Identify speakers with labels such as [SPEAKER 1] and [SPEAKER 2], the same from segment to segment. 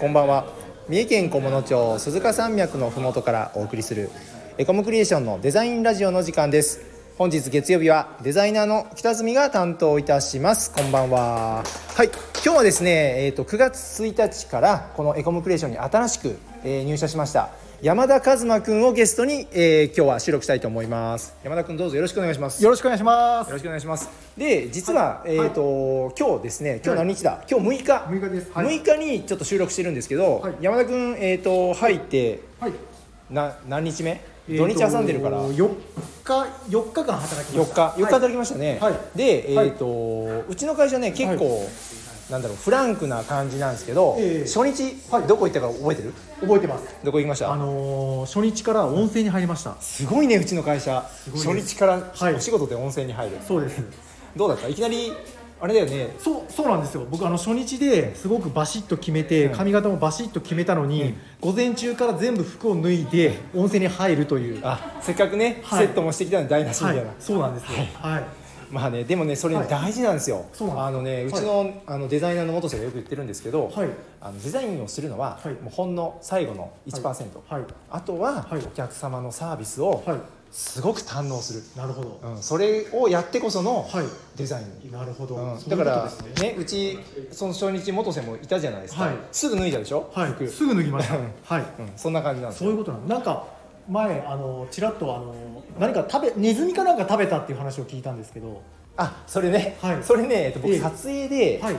[SPEAKER 1] こんばんは三重県菰野町鈴鹿山脈のふもとからお送りするエコムクリエーションのデザインラジオの時間です本日月曜日はデザイナーの北住が担当いたしますこんばんははい今日はですねえっ、と9月1日からこのエコムクリエーションに新しく、えー入社しました山田和真くんをゲストに、えー今日は収録したいと思います山田くんどうぞよろしくお願いします
[SPEAKER 2] よろしくお願いします
[SPEAKER 1] よろ。しくお願いします。で、実は、えっ、と、今日ですね、今日何日だ、今日6日。
[SPEAKER 2] 6日ですはい
[SPEAKER 1] 6日にちょっと収録してるんですけど、
[SPEAKER 2] はい
[SPEAKER 1] 山田君、えっ、と、入って、
[SPEAKER 2] はい。
[SPEAKER 1] な、何日目。土日挟んでるから。4
[SPEAKER 2] 4日4日間働きました。
[SPEAKER 1] 日、4日
[SPEAKER 2] はい
[SPEAKER 1] 働きましたね。
[SPEAKER 2] はい
[SPEAKER 1] で、え
[SPEAKER 2] はい
[SPEAKER 1] っ、と、うちの会社ね、結構、なんだろう、フランクな感じなんですけど、
[SPEAKER 2] ええ
[SPEAKER 1] 初日、
[SPEAKER 2] はい
[SPEAKER 1] どこ行ったか覚えてる。
[SPEAKER 2] 覚えてます。
[SPEAKER 1] どこ行きまし
[SPEAKER 2] あ
[SPEAKER 1] た。
[SPEAKER 2] のー初日から温泉に入りました。
[SPEAKER 1] すごいね、うちの会社、
[SPEAKER 2] ごい
[SPEAKER 1] 初
[SPEAKER 2] です
[SPEAKER 1] 日から、
[SPEAKER 2] はい
[SPEAKER 1] お仕事で温泉に入る。
[SPEAKER 2] そうです。
[SPEAKER 1] どうだった、いきなり、あれだよね、
[SPEAKER 2] そうそうなんですよ。僕あの初日ですごくバシッと決めて
[SPEAKER 1] うん
[SPEAKER 2] 髪型もバシッと決めたのに、
[SPEAKER 1] うん
[SPEAKER 2] 午前中から全部服を脱いで温泉に入るという。
[SPEAKER 1] あせっかくね、
[SPEAKER 2] はい
[SPEAKER 1] セットもしてきたのに台無しみ
[SPEAKER 2] は
[SPEAKER 1] たい
[SPEAKER 2] い
[SPEAKER 1] な、。
[SPEAKER 2] そうなんですよ。はい。
[SPEAKER 1] まあねでもねそれ
[SPEAKER 2] はい
[SPEAKER 1] 大事なんですよ、
[SPEAKER 2] そうなんです
[SPEAKER 1] あのね
[SPEAKER 2] はいう
[SPEAKER 1] ちの,、あのデザイナーの元生がよく言ってるんですけど、
[SPEAKER 2] はい
[SPEAKER 1] あのデザインをするのは、
[SPEAKER 2] はい
[SPEAKER 1] もうほんの最後の1%、
[SPEAKER 2] はい。はい
[SPEAKER 1] あとは、
[SPEAKER 2] はい
[SPEAKER 1] お客様のサービスを
[SPEAKER 2] はい
[SPEAKER 1] すごく堪能する、
[SPEAKER 2] なるほど。
[SPEAKER 1] うん、それをやってこその
[SPEAKER 2] はい。
[SPEAKER 1] デザイン、
[SPEAKER 2] なるほど。
[SPEAKER 1] うん
[SPEAKER 2] そうい
[SPEAKER 1] だ
[SPEAKER 2] う
[SPEAKER 1] か
[SPEAKER 2] こと
[SPEAKER 1] ら
[SPEAKER 2] ですね
[SPEAKER 1] ねうちその初日元生もいたじゃないですか、
[SPEAKER 2] はい
[SPEAKER 1] すぐ脱いだでしょ、
[SPEAKER 2] はい。
[SPEAKER 1] 服
[SPEAKER 2] すぐ脱ぎました。はい。
[SPEAKER 1] うん、そんな感じなんです
[SPEAKER 2] そう
[SPEAKER 1] よ
[SPEAKER 2] いうことなの。なんか前あのちらっとあの何か食べネズミかなんか食べたっていう話を聞いたんですけど、
[SPEAKER 1] あそれね、
[SPEAKER 2] はい
[SPEAKER 1] それね、えっと、僕
[SPEAKER 2] ええ
[SPEAKER 1] 撮影で、
[SPEAKER 2] はい。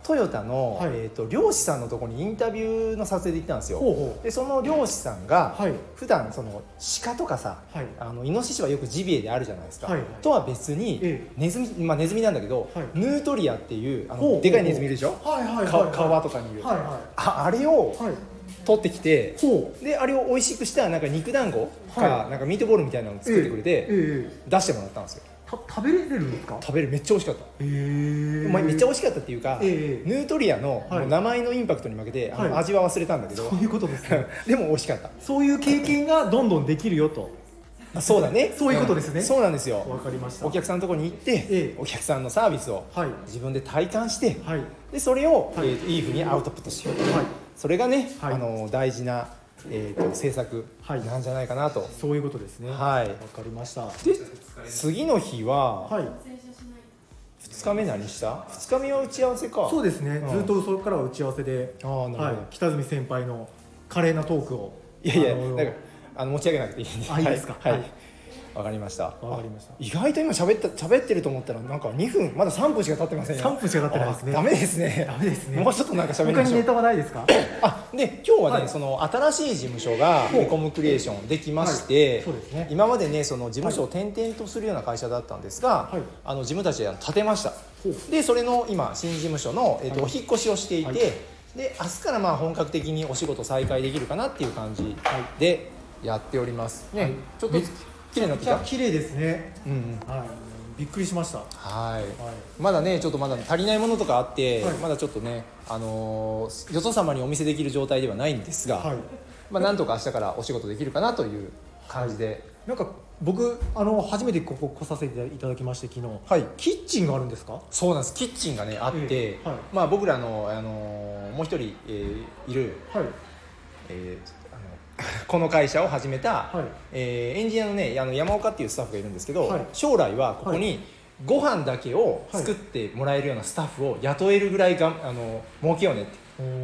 [SPEAKER 1] トヨタの、
[SPEAKER 2] はい
[SPEAKER 1] えー、と漁師さんのところにインタビューの撮影で行ったんですよ
[SPEAKER 2] ほうほう
[SPEAKER 1] でその漁師さんが、
[SPEAKER 2] はい
[SPEAKER 1] 普段その鹿とかさ、
[SPEAKER 2] はい
[SPEAKER 1] あのイノシシはよくジビエであるじゃないですか、
[SPEAKER 2] はい
[SPEAKER 1] とは別に、
[SPEAKER 2] え
[SPEAKER 1] ネズミまあネズミなんだけど、
[SPEAKER 2] はい
[SPEAKER 1] ヌートリアっていうあの
[SPEAKER 2] ほうほうほう
[SPEAKER 1] でかいネズミいるでしょ、
[SPEAKER 2] はいはいはい
[SPEAKER 1] か
[SPEAKER 2] はい
[SPEAKER 1] 川とかにいる、
[SPEAKER 2] はいは
[SPEAKER 1] ああれを
[SPEAKER 2] いはい。
[SPEAKER 1] 取ってきて、
[SPEAKER 2] ほう。
[SPEAKER 1] であれを美味しくしたらなんか肉団子か、
[SPEAKER 2] はい
[SPEAKER 1] なんかミートボールみたいなのを作ってくれて、
[SPEAKER 2] ええええ
[SPEAKER 1] 出してもらったんですよ
[SPEAKER 2] た食べれるんですか。
[SPEAKER 1] 食べるめっちゃ美味しかった
[SPEAKER 2] ええ
[SPEAKER 1] お前めっちゃ美味しかったっていうか、
[SPEAKER 2] ええ
[SPEAKER 1] ヌートリアの
[SPEAKER 2] はい
[SPEAKER 1] もう名前のインパクトに負けて、あの
[SPEAKER 2] はい
[SPEAKER 1] 味は忘れたんだけど、
[SPEAKER 2] そういうことですね。
[SPEAKER 1] でも美味しかった
[SPEAKER 2] そういう経験がどんどんできるよと。
[SPEAKER 1] あそうだね
[SPEAKER 2] そういうことですね
[SPEAKER 1] んそうなんですよ
[SPEAKER 2] わかりました。
[SPEAKER 1] お客さんのところに行って、
[SPEAKER 2] ええ
[SPEAKER 1] お客さんのサービスを
[SPEAKER 2] はい
[SPEAKER 1] 自分で体感して、
[SPEAKER 2] はいはい
[SPEAKER 1] でそれを、
[SPEAKER 2] はい
[SPEAKER 1] いえーといいふうにアウトプットしようそれがね、
[SPEAKER 2] はい
[SPEAKER 1] あの大事な、えー、と制作
[SPEAKER 2] はい
[SPEAKER 1] なんじゃないかなと、
[SPEAKER 2] そういうことですね。
[SPEAKER 1] はい
[SPEAKER 2] わかりました。は。
[SPEAKER 1] で次の日はい2日目何した2日目は打ち合わせか
[SPEAKER 2] そうですね。
[SPEAKER 1] うん
[SPEAKER 2] ずっとそれからは打ち合わせで。
[SPEAKER 1] あーなるほど
[SPEAKER 2] はい。北住先輩の華麗なトークを。
[SPEAKER 1] いやいや、
[SPEAKER 2] あの
[SPEAKER 1] なんかあの持ち上げなくていいんで。
[SPEAKER 2] あいいですか
[SPEAKER 1] はい。わ、
[SPEAKER 2] はい
[SPEAKER 1] かりました。
[SPEAKER 2] わかりました
[SPEAKER 1] あ意外と今喋った喋ってると思ったらなんか2分まだ3分しか経ってませんよ。
[SPEAKER 2] 3分しか経ってないですね
[SPEAKER 1] あダメですね。
[SPEAKER 2] ダメですね
[SPEAKER 1] もうちょっとなんか喋り
[SPEAKER 2] 他
[SPEAKER 1] ま
[SPEAKER 2] に
[SPEAKER 1] しょ
[SPEAKER 2] ネ
[SPEAKER 1] う。
[SPEAKER 2] タはないですか
[SPEAKER 1] あ、で今日はね、
[SPEAKER 2] はい
[SPEAKER 1] その新しい事務所が
[SPEAKER 2] ほう
[SPEAKER 1] エコムクリエーションできまして、
[SPEAKER 2] はいそうですね
[SPEAKER 1] 今までねその事務所を転々とするような会社だったんですが、
[SPEAKER 2] はい
[SPEAKER 1] あの事務たちで建てました
[SPEAKER 2] ほう。
[SPEAKER 1] でそれの今新事務所のえっ、と、
[SPEAKER 2] はい
[SPEAKER 1] お引っ越しをしていて、
[SPEAKER 2] はい
[SPEAKER 1] で明日からまあ本格的にお仕事再開できるかなっていう感じ
[SPEAKER 2] はい
[SPEAKER 1] でやっております。ね、
[SPEAKER 2] はい
[SPEAKER 1] ちょっと
[SPEAKER 2] めっ
[SPEAKER 1] 綺麗になってき
[SPEAKER 2] じゃ
[SPEAKER 1] た
[SPEAKER 2] あ。綺麗ですね
[SPEAKER 1] うんうん。
[SPEAKER 2] はいびっくりしました
[SPEAKER 1] はい。まだねちょっとまだ足りないものとかあって、
[SPEAKER 2] はい
[SPEAKER 1] まだちょっとねあのーよそ様にお見せできる状態ではないんですが、
[SPEAKER 2] はい
[SPEAKER 1] まあなんとか明日からお仕事できるかなという感じで。
[SPEAKER 2] なんか僕あの初めてここ来させていただきまして昨日
[SPEAKER 1] はい
[SPEAKER 2] キッチンがあるんですか
[SPEAKER 1] そうなんですキッチンがねあって、
[SPEAKER 2] ええはい
[SPEAKER 1] まあ、僕らの、あのーもう一人、えーいる、
[SPEAKER 2] はい
[SPEAKER 1] えーあのこの会社を始めた、
[SPEAKER 2] はい
[SPEAKER 1] えーエンジニアのねあの山岡っていうスタッフがいるんですけど、
[SPEAKER 2] はい
[SPEAKER 1] 将来はここにご飯だけを作ってもらえるようなスタッフを雇えるぐらいがあの儲けようねっ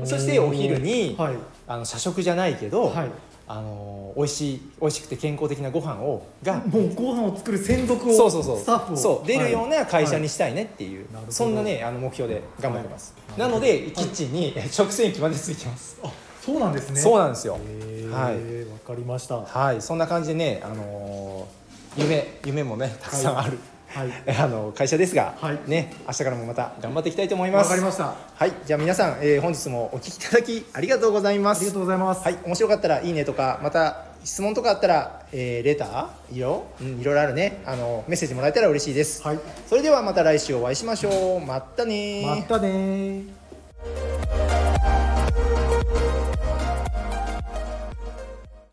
[SPEAKER 1] てそしてお昼に、
[SPEAKER 2] はい
[SPEAKER 1] あの社食じゃないけど、
[SPEAKER 2] はい
[SPEAKER 1] あの美味しい美味しくて健康的なご飯をが
[SPEAKER 2] もうご飯を作る専属を
[SPEAKER 1] そうそうそう
[SPEAKER 2] スタッフを
[SPEAKER 1] そう出るような会社に
[SPEAKER 2] し
[SPEAKER 1] したいねっていう、
[SPEAKER 2] はいなるほど
[SPEAKER 1] そんなねあの目標で頑張ってます、
[SPEAKER 2] はい
[SPEAKER 1] なの
[SPEAKER 2] な
[SPEAKER 1] でキッチンにえ食洗機までついてます、
[SPEAKER 2] あそうなんですね
[SPEAKER 1] そう
[SPEAKER 2] う
[SPEAKER 1] なんですよはい
[SPEAKER 2] はいわかりましたは
[SPEAKER 1] はいそんな感じでねあのー夢夢もねたくさんある、
[SPEAKER 2] い
[SPEAKER 1] あの会社ですが、
[SPEAKER 2] はい
[SPEAKER 1] ね明日からもまた頑張っていきたいと思いま
[SPEAKER 2] わ
[SPEAKER 1] す
[SPEAKER 2] かりました
[SPEAKER 1] はいじゃあ皆さん、えー本日もお聞きいただきありがとうございま
[SPEAKER 2] あり
[SPEAKER 1] す
[SPEAKER 2] がとうございます
[SPEAKER 1] はい、面白かったらいいねとか、また質問とかあったら、えーレター、色、うん、いろいろあるね。あのメッセージもらえたら嬉しいです。
[SPEAKER 2] はい
[SPEAKER 1] それではまた来週お会いしましょう。またねー
[SPEAKER 2] またねー